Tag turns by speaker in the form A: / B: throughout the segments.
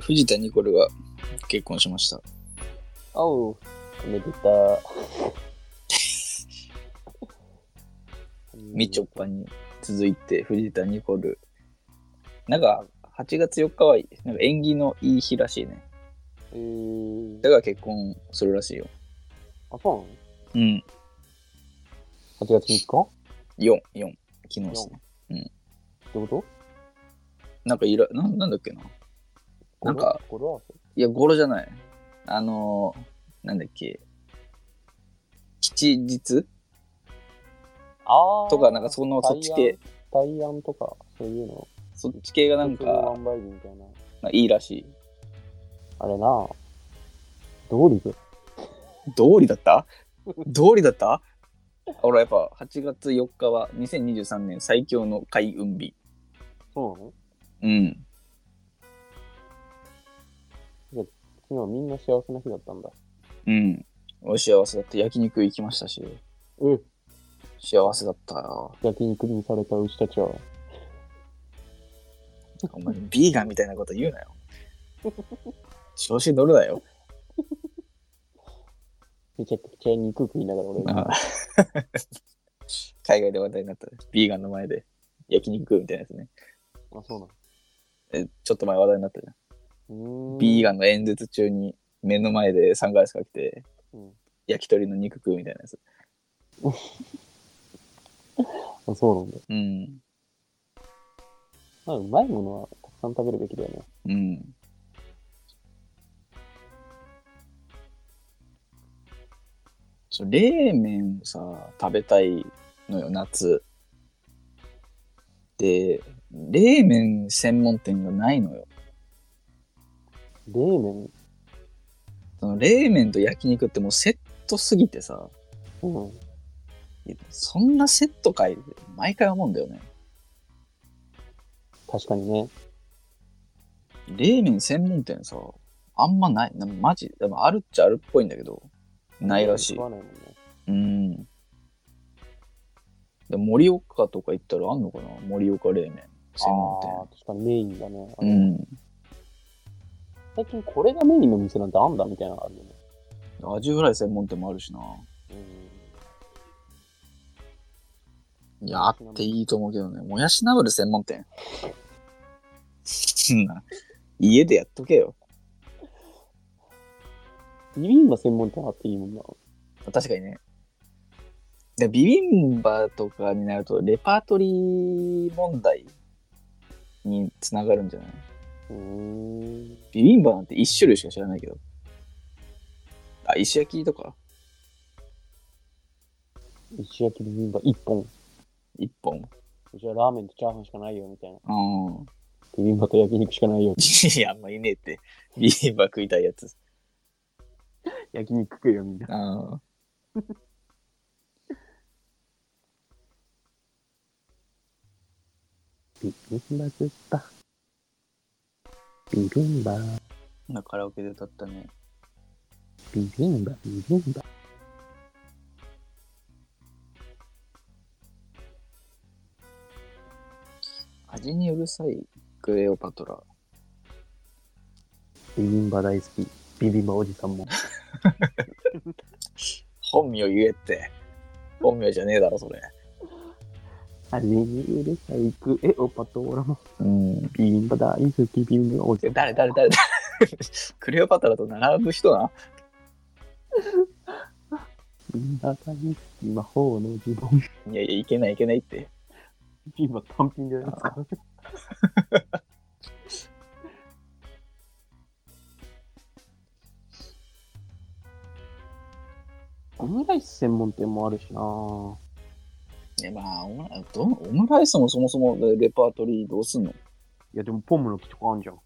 A: 藤田ニコルが結婚しました。
B: あおう、おめでた。
A: みちょぱに続いて藤田ニコル。なんか、8月4日は、なんか縁起のいい日らしいね。
B: えー、
A: だから結婚するらしいよ。
B: あ、そう
A: うん。
B: なの ?8 月3日っ
A: 4、4。昨日ですね。
B: てこと
A: なんかいら、なんなんだっけな。なんか、
B: 語呂合わせ
A: いや、語呂じゃない。あのー、なんだっけ。吉日
B: あー
A: とか、なんかその、そっち系、
B: 対案とか、そういうの。
A: そっち系がなん
B: それのワ
A: か、
B: ンバイブみたいな。
A: まあ、いいらしい。
B: あれな、どうりく
A: 道理だった 道理だった俺やっぱ8月4日は2023年最強の開運日。
B: そうなの
A: うん。
B: 昨日みんな幸せな日だったんだ。
A: うん。お幸せだった。焼肉行きましたし。
B: うん。
A: 幸せだったよ。
B: 焼肉にされた牛たちは。
A: お 前、ビーガンみたいなこと言うなよ。調子乗るなよ。
B: めちゃくちゃ肉食いながら俺が。
A: 海外で話題になった。ビーガンの前で焼肉食うみたいなやつね。
B: あ、そうな
A: えちょっと前話題になったじゃん。
B: の
A: ビー
B: ガ
A: ガンの演説中に目の前でサングラスかけて
B: うん
A: 焼き鳥の肉食うみたいなやつ。
B: ン。あ、そうなんだ。
A: うん。
B: まあ、うまいものはたくさん食べるべきだよね。
A: うん。そう冷麺さ食べたいのよ夏で冷麺専門店がないのよ
B: 冷麺。
A: その冷麺と焼肉ってもうセットすぎてさ
B: うん。
A: そんなセットかいって毎回思うんだよね
B: 確かにね。
A: 冷麺専門店さあんまないなマジでもあるっちゃあるっぽいんだけどないらしい
B: 食わないもんね。
A: うん。で盛岡とか行ったらあんのかな盛岡冷麺専門
B: あー確かにメインだね。あれ
A: 店。
B: 最近これがメインの店なんてあんだみたいなのがあるよね。
A: うん。アジフライ専門店もあるしな。いや、あっていいと思うけどね。もやしナムル専門店。 そんな家でやっとけよ。
B: ビビンバ専門店あっていいもんな。
A: 確かにね。でビビンバとかになると、レパートリー問題につながるんじゃないう
B: ーん。
A: ビビンバなんて一種類しか知らないけど。あ、石焼きとか
B: 石焼きビビンバ1本。
A: 一本。
B: じゃあラーメンとチャーハンしかないよみたいな。
A: うん。
B: ビビンバと焼肉しかないよ。
A: いや、あんまいねえって。ビビンバ食いたいやつ。
B: 焼肉食えよみんな。
A: うん。
B: ビビンバズッパ。ビビンバ、
A: なカラオケで歌ったね。
B: ビビンバ、ビビンバ。
A: 味にうるさいクレオパトラ。
B: ビビンバ大好き。ビビンバおじさんも。
A: 本名言えって。本名じゃねえだろ、それ。
B: 味にうるさいく。え、オパトーラも。
A: うん。
B: ビビンバ大好き。ビビンバおじさん。
A: 誰、誰、誰、 誰。クレオパトラと並ぶ人な。
B: ビビンバ大好き。魔法の呪文。ビ
A: いやいや、いけない、いけないって。
B: ビンバ単品じゃないですか。オムライス専門店もあるしなぁ。
A: いや、まあ、オムラどうオムライスもそもそもレパートリーどうすんの
B: いや、でもポムの木とかあんじゃん。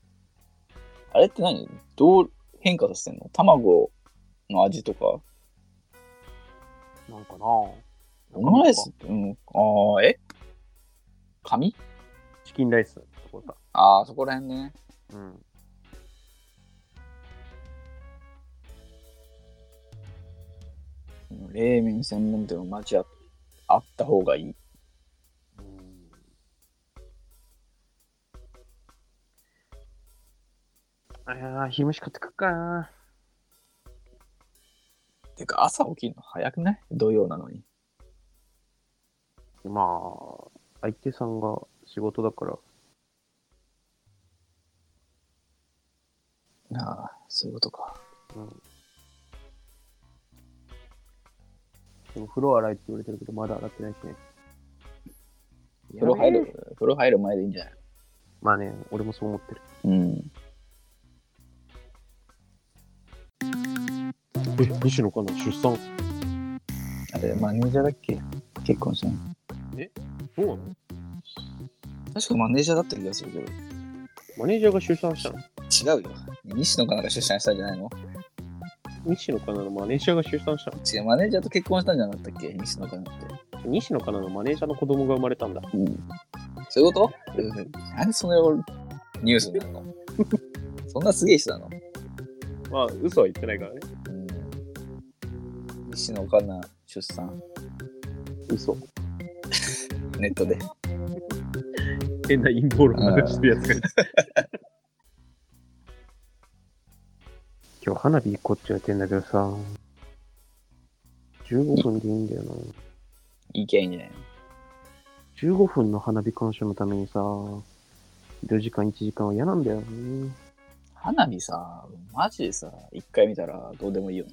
A: あれって何どう変化させてんの卵の味とか。
B: なんかなオ
A: オムライスって、うん。ああ、え紙
B: チキンライスとかさ。
A: ああ、そこら辺ね。
B: うん。
A: 冷麺専門店はマジああった方がいい。
B: あやー、昼飯買ってくっかな。
A: てか、朝起きるの早くない土曜なのに。
B: まあ、相手さんが仕事だから、
A: ああ、そういうことか。
B: でも風呂洗いって言われてるけど、まだ洗ってないしね。
A: 風呂入る、風呂入る前でいいんじゃない
B: まあね、俺もそう思ってる。
A: うん。
B: え、西野かな出産。
A: あれ、マネージャーだっけ結婚したの。
B: そうなの
A: 確かマネージャーだった気がするけど。
B: マネージャーが出産したの
A: 違うよ。西野かなんか出産したんじゃないの
B: 西野かなのマネージャーが出産したの
A: 違う、マネージャーと結婚したんじゃなかったっけ西野かなって。
B: 西野かなのマネージャーの子供が生まれたんだ。
A: うん。そういうこと、うん、なんでそのニュースになるの そんなすげえ人なの、
B: まあ、嘘は言ってないからね。
A: うん、西野カナ出産、
B: 嘘。
A: ネットで。
B: 変な陰謀論流してるやつがいる。今日花火行こうって言われてんだけどさ、15分でいいんだよな。
A: いけんじゃないの
B: 15分の花火鑑賞のためにさ、4時間、1時間は嫌なんだよね。
A: 花火さ、マジでさ、一回見たらどうでもいいよな。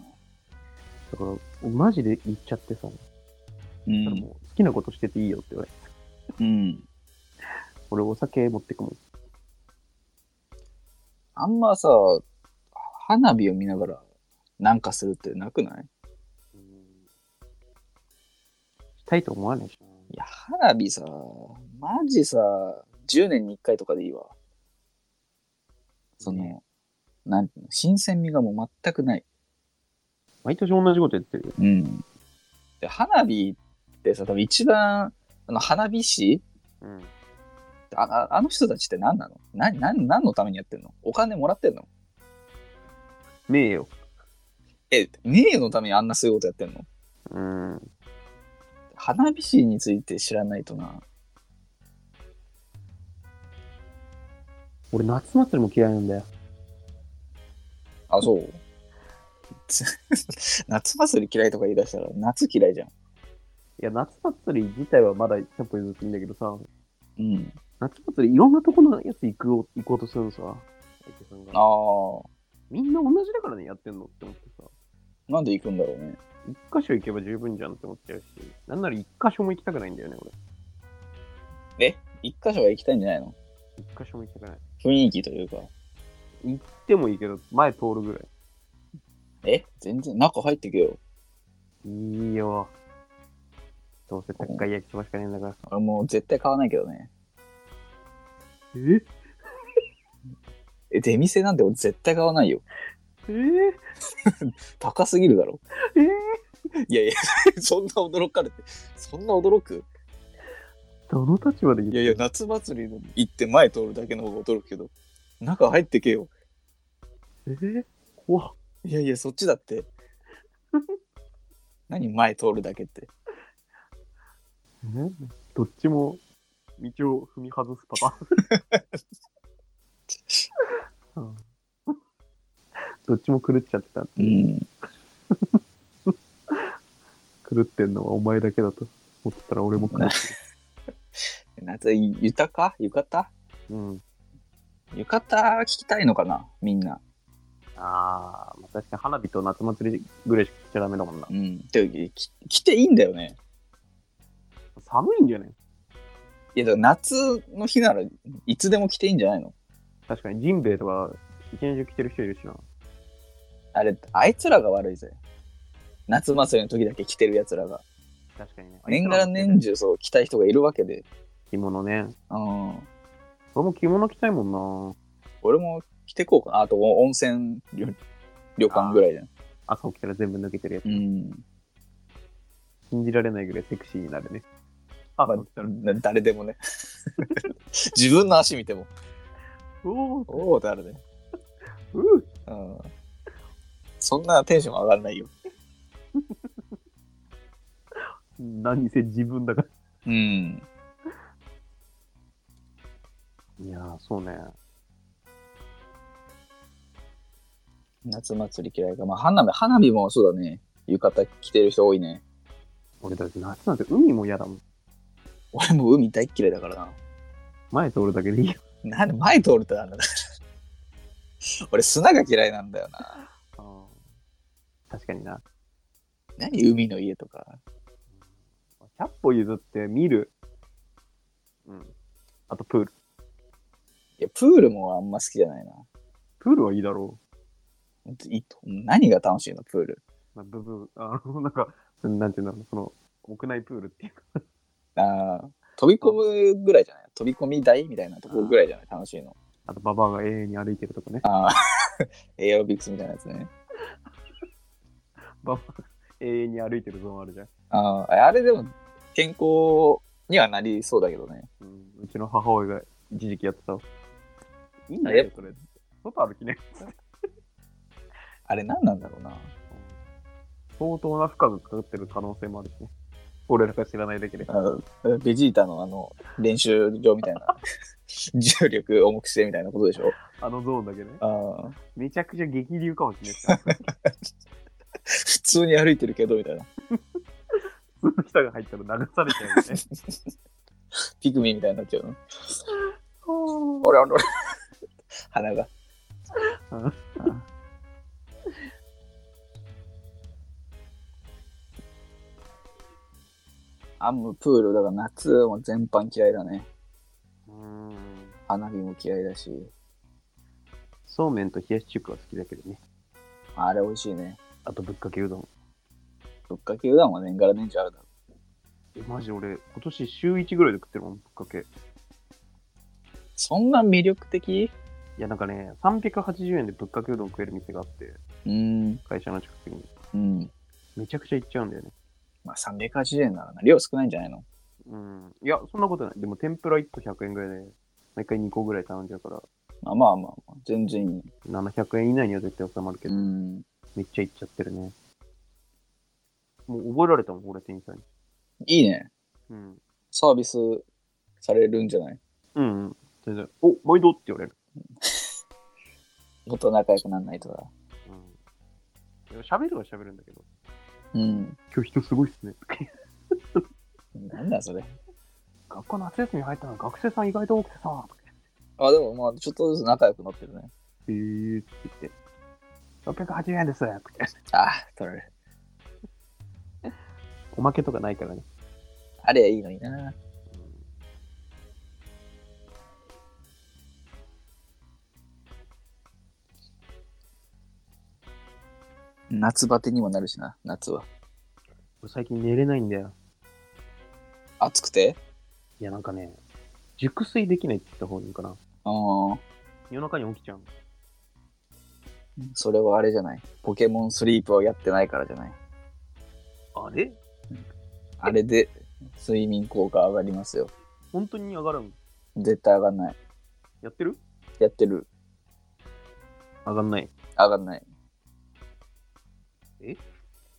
B: だから、マジで行っちゃってさ、
A: う
B: だからもう好きなことしてていいよって言われ
A: う
B: て。
A: ん。
B: 俺お酒持ってくもん。
A: あんまさ、花火を見ながらなんかするってなくない
B: したいと思わないしな。
A: いや、花火さ、マジさ、10年に1回とかでいいわ。その、なんていうの、新鮮味がもう全くない。
B: 毎年同じこと言ってるよ。
A: うん。で、花火ってさ、多分一番、あの、花火師
B: うん。
A: あああの人たちって何なの何、何、何のためにやってんのお金もらってんの
B: ねえよ。
A: え、名誉のためにあんなすごいことやってんの
B: うん。
A: 花火師について知らないとな。
B: 俺夏祭りも嫌いなんだよ。
A: あ、そう。 つ夏祭り嫌いとか言い出したら夏嫌いじゃん。
B: いや、夏祭り自体はまだ100歩譲っていいんだけどさ、
A: うん。
B: 夏祭りいろんなとこのやつ行くお行こうとするのさ、相手さんが。
A: あ
B: みんな同じだからね、やってんのって思ってさ、
A: あ、なんで行くんだろうね。
B: 一箇所行けば十分じゃんって思っちゃうし、なんなら一箇所も行きたくないんだよね、俺。
A: 一箇所は行きたいんじゃないの
B: 一箇所も行きたくない。
A: 雰囲気というか。
B: でもいいけど、前通るぐらい。
A: え全然中入ってけよ。
B: いいよ。どうせ高い焼きそばしかねえんだから。
A: 俺もう絶対買わないけどね。
B: え
A: え、出店なんて俺絶対買わないよ。
B: え
A: 高すぎるだろ。
B: えー
A: いやいや、 そんな驚かれて。そんな驚く
B: どの立場で言っ
A: いやいや、夏祭りの行って前通るだけの方が驚くけど。中入ってけよ。
B: えー、怖っ
A: いやいや、そっちだ って。何前通るだけって。
B: ねどっちも道を踏み外すパターン。 うんどっちも狂っちゃってた。
A: うん。
B: 狂ってんのはお前だけだと思ってたら俺も 狂って
A: 夏、浴衣浴衣
B: る。うん。
A: 浴衣聞きたいのかなみんな。
B: あー、まあ、確かに花火と夏祭りぐらいしか来ちゃダメだもんな。
A: うん。てかき着ていいんだよね。
B: 寒いんじゃない
A: いや、だから夏の日ならいつでも着ていいんじゃないの
B: 確かにジンベエとか一年中来てる人いるしな。
A: あれ、あいつらが悪いぜ。夏祭りの時だけ着てるやつらが。
B: 確かにね。
A: 年がら年中そう着たい人がいるわけで。
B: 着物ね。
A: うん。
B: 俺も着物着たいもん
A: 俺も着てこうかな。あとお温泉旅旅館ぐらいじゃん。
B: な。朝起きたら全部抜けてるやつ。
A: うん。
B: 信じられないぐらいセクシーになるね。朝起きたら、
A: な誰でもね。 自分の足見ても、
B: おー、
A: おおってあるね。
B: うー
A: うん。そんなテンション上がんないよ。
B: 何せ自分だから。
A: うん。
B: いやー、そうね。
A: 夏祭り嫌いか。まあ、花火、花火もそうだね。浴衣着てる人多いね。
B: 俺だって夏なんて海も嫌だもん。
A: 俺も海大っ嫌いだからな。
B: 前通るだけでいいよ。
A: なんで前通るとなんだ 俺砂が嫌いなんだよな。
B: 確かにな。
A: 何海の家とか。
B: 100歩譲って見る。うん。あとプール。
A: いや、プールもあんま好きじゃないな。
B: プールはいいだろ
A: いいと何が楽しいのプール。
B: う。まあ、部分、あの、なんか、なんていうんだろう、その、屋内プールっていうか。
A: ああ、飛び込むぐらいじゃない飛び込み台みたいなところぐらいじゃない楽しいの。
B: あと、ババアが永遠に歩いてるとこね。
A: ああ、エアロビクスみたいなやつね。
B: ババアが永遠に歩いてるゾーンあるじゃん。
A: ああ、あれでも健康にはなりそうだけどね。
B: うん、うちの母親が一時期やってたわ。いいんだよ
A: え、
B: それ。外歩きね。
A: あれ何なんだろうな。
B: 相当な負荷がかかってる可能性もあるしね。俺らが知らないだけで。
A: あのベジータのあの練習場みたいな 重力重くしてみたいなことでしょ
B: あのゾーンだけね。
A: ああ
B: めちゃくちゃ激流かもしれないです。
A: 普通に歩いてるけどみたいな
B: 普通の人が入ったら流されちゃう よね。
A: ピクミンみたいになっちゃうの
B: ほ
A: 俺俺俺鼻が
B: うん
A: うんあんまプールだから夏も全般嫌いだね
B: ーうん
A: 花火も嫌いだし
B: そうめんと冷やし中華は好きだけどね。
A: あれ美味しいね
B: あとぶっかけうどん。
A: ぶっかけうどんは年がら年中あるだろ
B: え、マジ俺、今年週1ぐらいで食ってるもん、ぶっかけ。い
A: そんな魅力的
B: や、なんかね、380円でぶっかけうどん食える店があって、
A: うん
B: 会社の近くに。
A: うん
B: めちゃくちゃ行っちゃうんだよね。
A: まあ380円ならな量少ないんじゃないの
B: うん。いや、そんなことない。でも天ぷら1個100円ぐらいで、毎回2個ぐらい頼んじゃうから、
A: まあまあまあまあ全然いい
B: 700円以内には絶対収まるけど、
A: ん
B: めっちゃ行っちゃってるね。もう覚えられたもん、俺、店員さんに。
A: いいね
B: うん。
A: サービスされるんじゃない
B: うん、うん。全然、お、毎度って言われる。
A: もっと仲良くならないとだ
B: うん。いや喋るは喋るんだけど、
A: うん
B: 今日人すごいっすね。
A: なんだそれ
B: 学校夏休み入ったの学生さん意外と多くてさ、
A: あでもまあちょっとずつ仲良くなってるね
B: えーって言って、680円ですって。
A: ああ取られる
B: おまけとかないからね。
A: あれはいいのにな夏バテにもなるしな夏は
B: 俺最近寝れないんだよ。
A: 暑くて
B: いや、なんかね、熟睡できないって言った方がいいかな。
A: ああ
B: 夜中に起きちゃうの
A: それはあれじゃないポケモンスリープをやってないからじゃない
B: あれ
A: あれで睡眠効果上がりますよ
B: 本当に上がるん
A: 絶対上がんない
B: やってる
A: やってる
B: 上がんない。
A: 上がんない
B: え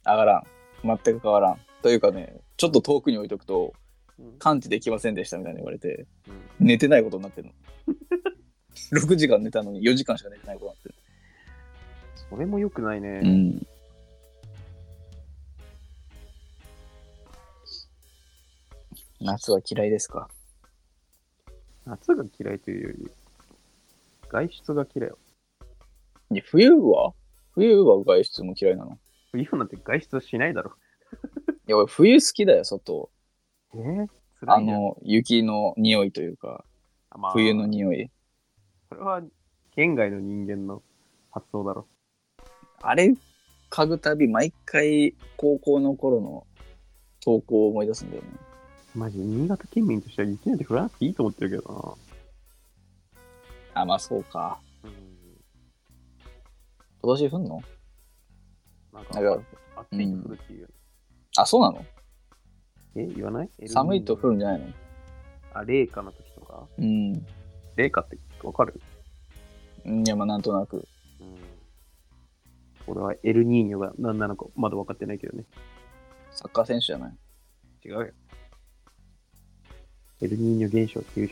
A: 上がらん全く変わらんというかねちょっと遠くに置いとくと
B: うん
A: 感知できませんでしたみたいに言われて
B: うん
A: 寝てないことになって るの6時間寝たのに4時間しか寝てないことになってる
B: それも良くないね。
A: ん夏は嫌いですか
B: 夏が嫌いというより、外出が嫌いよ。
A: いや冬は冬は外出も嫌いなの
B: 冬なんて外出しないだろ。
A: いや俺冬好きだよ外
B: えー、辛
A: あ
B: いね、
A: の雪の匂いというか
B: あまあ
A: 冬の匂い
B: これは、県外の人間の発想だろ。
A: あれ嗅ぐたび毎回高校の頃の投稿を思い出すんだよね
B: マジ、新潟県民としては雪なんて降らなくていいと思ってるけど
A: あまあそうか
B: な。うん。
A: 今年降んの
B: なん
A: なんか、
B: か暑いと降るっていうよ
A: あそうなの
B: り。え、言わない
A: 寒いと降
B: る。
A: るんじゃないの
B: あ、冷夏の時とか
A: うん
B: 冷夏ってわかる
A: うんいやまあなんとなく
B: うん。俺はエルニーニョが何なのかまだ分かってないけどね。
A: サッカー選手じゃない
B: 違うよ。エルニーニョ現象っていう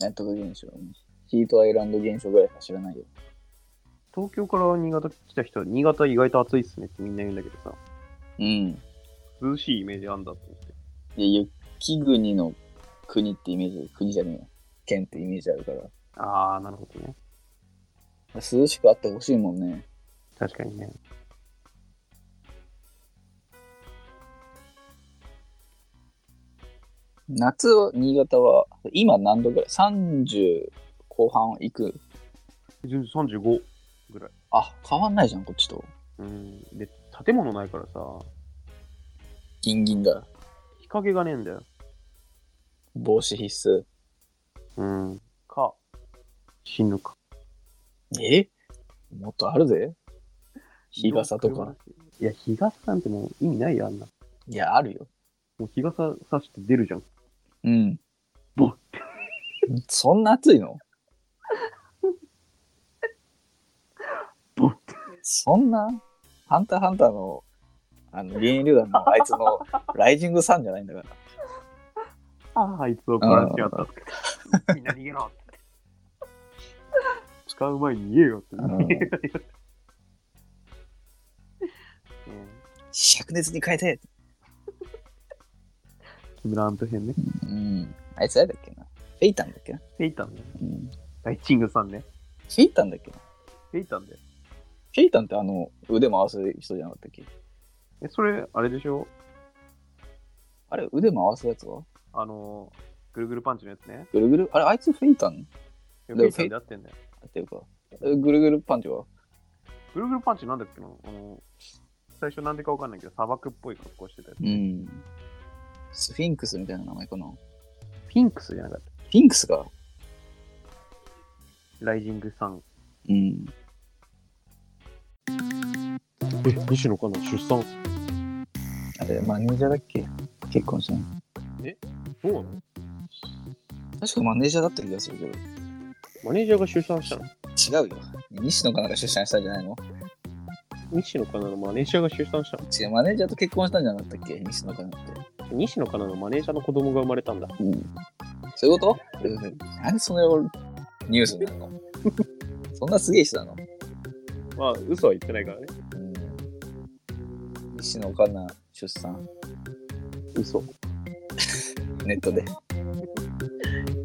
A: ネット現象ヒートアイランド現象ぐらいしか知らないよ。
B: 東京から新潟来た人は、新潟意外と暑いっすねってみんな言うんだけどさ、
A: うん。
B: 涼しいイメージあんだって思って。
A: で、雪国の国ってイメージ、国じゃねえよ。県ってイメージあるから。
B: ああ、なるほどね。
A: 涼しくあってほしいもんね。
B: 確かにね。
A: 夏は、新潟は、今何度ぐらい ?30 後半いく。
B: 35ぐらい。
A: あ、変わんないじゃん、こっちと。
B: うん。で、建物ないからさ、
A: ギンギンだ。
B: 日陰がねえんだよ。
A: 帽子必須。
B: うん。か、死ぬか。
A: えもっとあるぜ。日傘とか。。
B: いや、日傘なんてもう意味ないよ、あんな。
A: いや、あるよ。
B: もう日傘さして出るじゃん。
A: うん。
B: ボッ
A: そんな暑いの
B: ボッ
A: そんなハンターハンターの、あの、原油弾 のあいつのライジングサンじゃないんだから。
B: ああ、あいつを殺しやが った。みんな逃げろって。使う前に逃げよって。
A: うん
B: ね
A: 灼熱に変えて
B: キムラント編ね。
A: うん。あいつ誰だっけなフェイタンだっけな、
B: フェイタンね。
A: うん、
B: ライチングさんね。
A: フェイタンだっけな
B: フェイタンで。
A: フェイタンってあの、腕回す人じゃなかったっけ
B: え、それ、あれでしょ
A: あれ、腕回すやつは
B: あの、ぐるぐるパンチのやつね。
A: ぐるぐるあれ、あいつフェイタン
B: フ
A: も
B: ェイタンでやってんだよ。
A: っていうか。えぐるぐるパンチは
B: ぐるぐるパンチなんだっけなあの、最初なんでかわかんないけど、砂漠っぽい格好してたやつ。
A: うん。スフィンクスみたいな名前かなフ
B: フィンクスじゃなかった。
A: ィンクスか
B: ライジングさん。
A: うん。
B: え、西野かな出産。
A: あれ、マネージャーだっけ結婚したの。
B: そうなの
A: 確かマネージャーだった気がするけど。
B: マネージャーが出産したの
A: 違うよ。西野かなんか出産したんじゃないの
B: 西野カナのマネージャーが出産したの
A: 違う、マネージャーと結婚したんじゃなかったっけ西野かなって。
B: 西野カナのマネージャーの子供が生まれたんだ。
A: うん。そういうことうんなんでそのニュースになるの そんなすげえ人なの
B: まあ、嘘は言ってないからね。
A: うん西野カナ出産
B: 嘘。
A: ネットで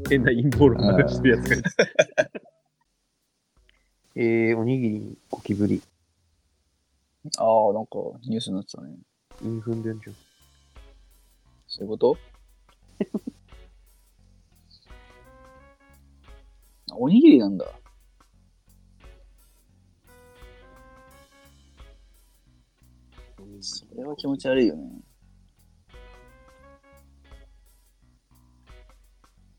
B: 変な陰謀論
A: を流して
B: るやつが えー、おにぎりにゴキブリ。
A: ああなんかニュースになってたね
B: インフンでんじゃん。
A: そういうこと おにぎりなんだそれは気持ち悪いよね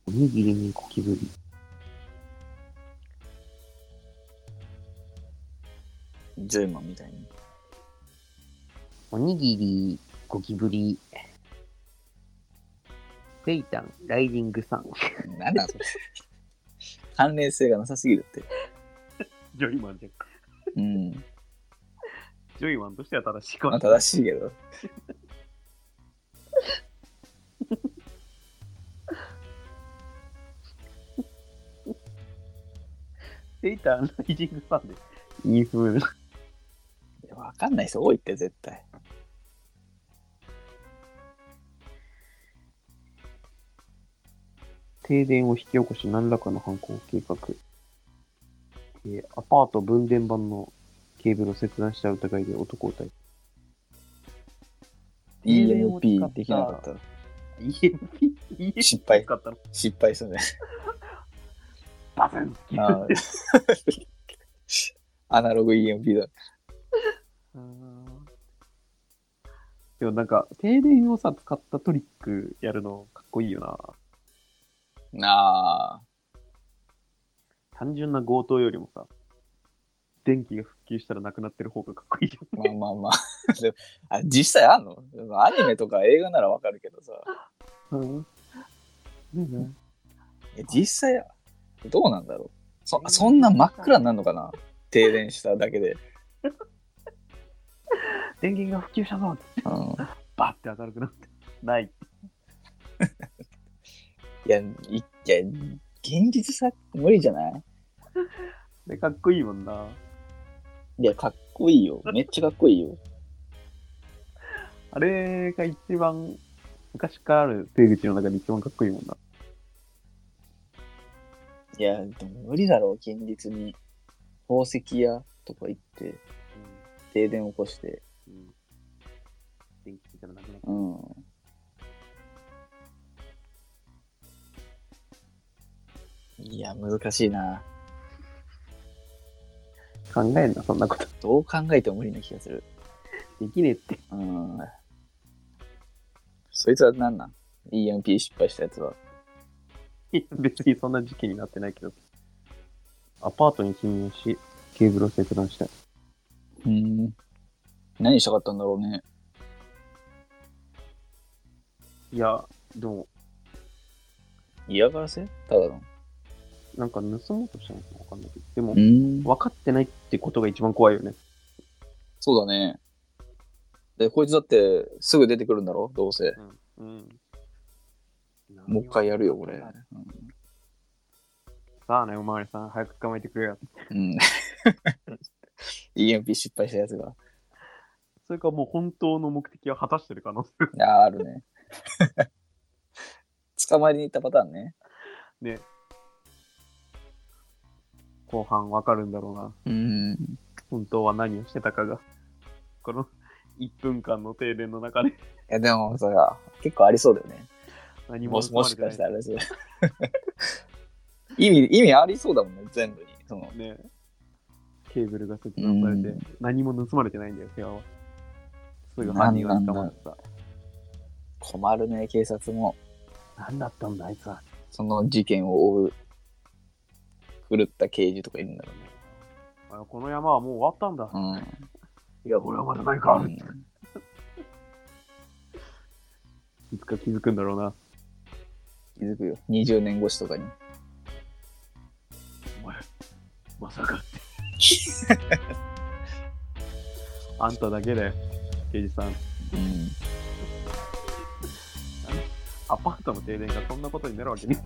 B: おにぎりにゴキブリ。
A: ジョイマンみたいに
B: おにぎり、ゴキブリ。ペイタン、ライジングさん。
A: なんだそ れ関連性がなさすぎるって
B: ジョイマンじゃん。
A: うん
B: ジョイマンとしては正しいか
A: まあ正しいけど
B: ペイタン、ライジングさんで。インフン。
A: わかんない人多いって絶対
B: 停電を引き起こし何らかの犯行計画、えーアパート分電盤のケーブルを切断した疑いで男を逮捕
A: EMP できなかった
B: EMP? EMP
A: 失敗
B: 使ったの
A: 失敗するね
B: バズン
A: あ ーアナログ EMP だ
B: でもなんか停電をさ使ったトリックやるのかっこいいよな
A: ああ
B: 単純な強盗よりもさ電気が復旧したらなくなってる方がかっこいいよ
A: まあまあまあ でもあ実際あんのでもアニメとか映画ならわかるけどさ
B: うん
A: え実際どうなんだろうそそんな真っ暗になるのかな停電しただけで、
B: 電源が復旧したぞって
A: うん、
B: バッて明るくなってない
A: いやいいや現実さ、無理じゃない
B: で、かっこいいもんな。
A: いや、かっこいいよ。めっちゃかっこいいよ。
B: あれが一番、昔からある手口の中で一番かっこいいもんな。
A: いや、でも無理だろう、現実に。宝石屋とか行って、停電起こして。
B: うん。うん。電気ついたらなくなっ
A: うん。いや、難しいな。
B: 考えんな、そんなこと。
A: どう考えても無理な気がする。
B: できねえって。
A: うん。そいつは何なん ?EMP 失敗したやつは。
B: いや別にそんな時期になってないけど。アパートに侵入し、ケーブルを切断した。
A: うん。何したかったんだろうね。
B: いや、でも、
A: 嫌がらせただの。
B: なんか盗もうとしたのかわかんないけど。でも、
A: ん。
B: 分かってないってことが一番怖いよね。
A: そうだね。で、こいつだってすぐ出てくるんだろどうせ。
B: うん。うん。
A: もう一回やるよ、これ。
B: さあね、おまわりさん、早く捕まえてくれよ。
A: うん。EMP 失敗したやつが。
B: それかもう本当の目的は果たしてる可能性。
A: あーある ね。捕まえに行ったパターンね。
B: 後半分かるんだろうな。
A: うん。
B: 本当は何をしてたかが。この1分間の停電の中で
A: いや、でもさ、結構ありそうだよね。
B: 何も
A: もしもし
B: 含ま
A: か
B: れ
A: してた
B: な
A: らです。 意味、意味ありそうだもんね、全部に。その、
B: いね。ケーブルが切断され
A: う
B: て
A: ん、
B: 何も盗まれてないんだよ、部屋は。すぐ犯人が捕まってた。
A: 困るね、警察も。
B: 何だったんだ、あいつは。
A: その事件を追う、狂った刑事とかいるんだろ
B: あこの山はもう終わったんだ
A: う。。うん。
B: いや、俺はまだ何かあ
A: う
B: る。
A: ん
B: いつか気づくんだろうな。
A: 気づくよ。20年越しとかに。
B: お前、まさかって。あんただけだよ、刑事さん。
A: うん。
B: アパートの停電がそんなことになるわけね。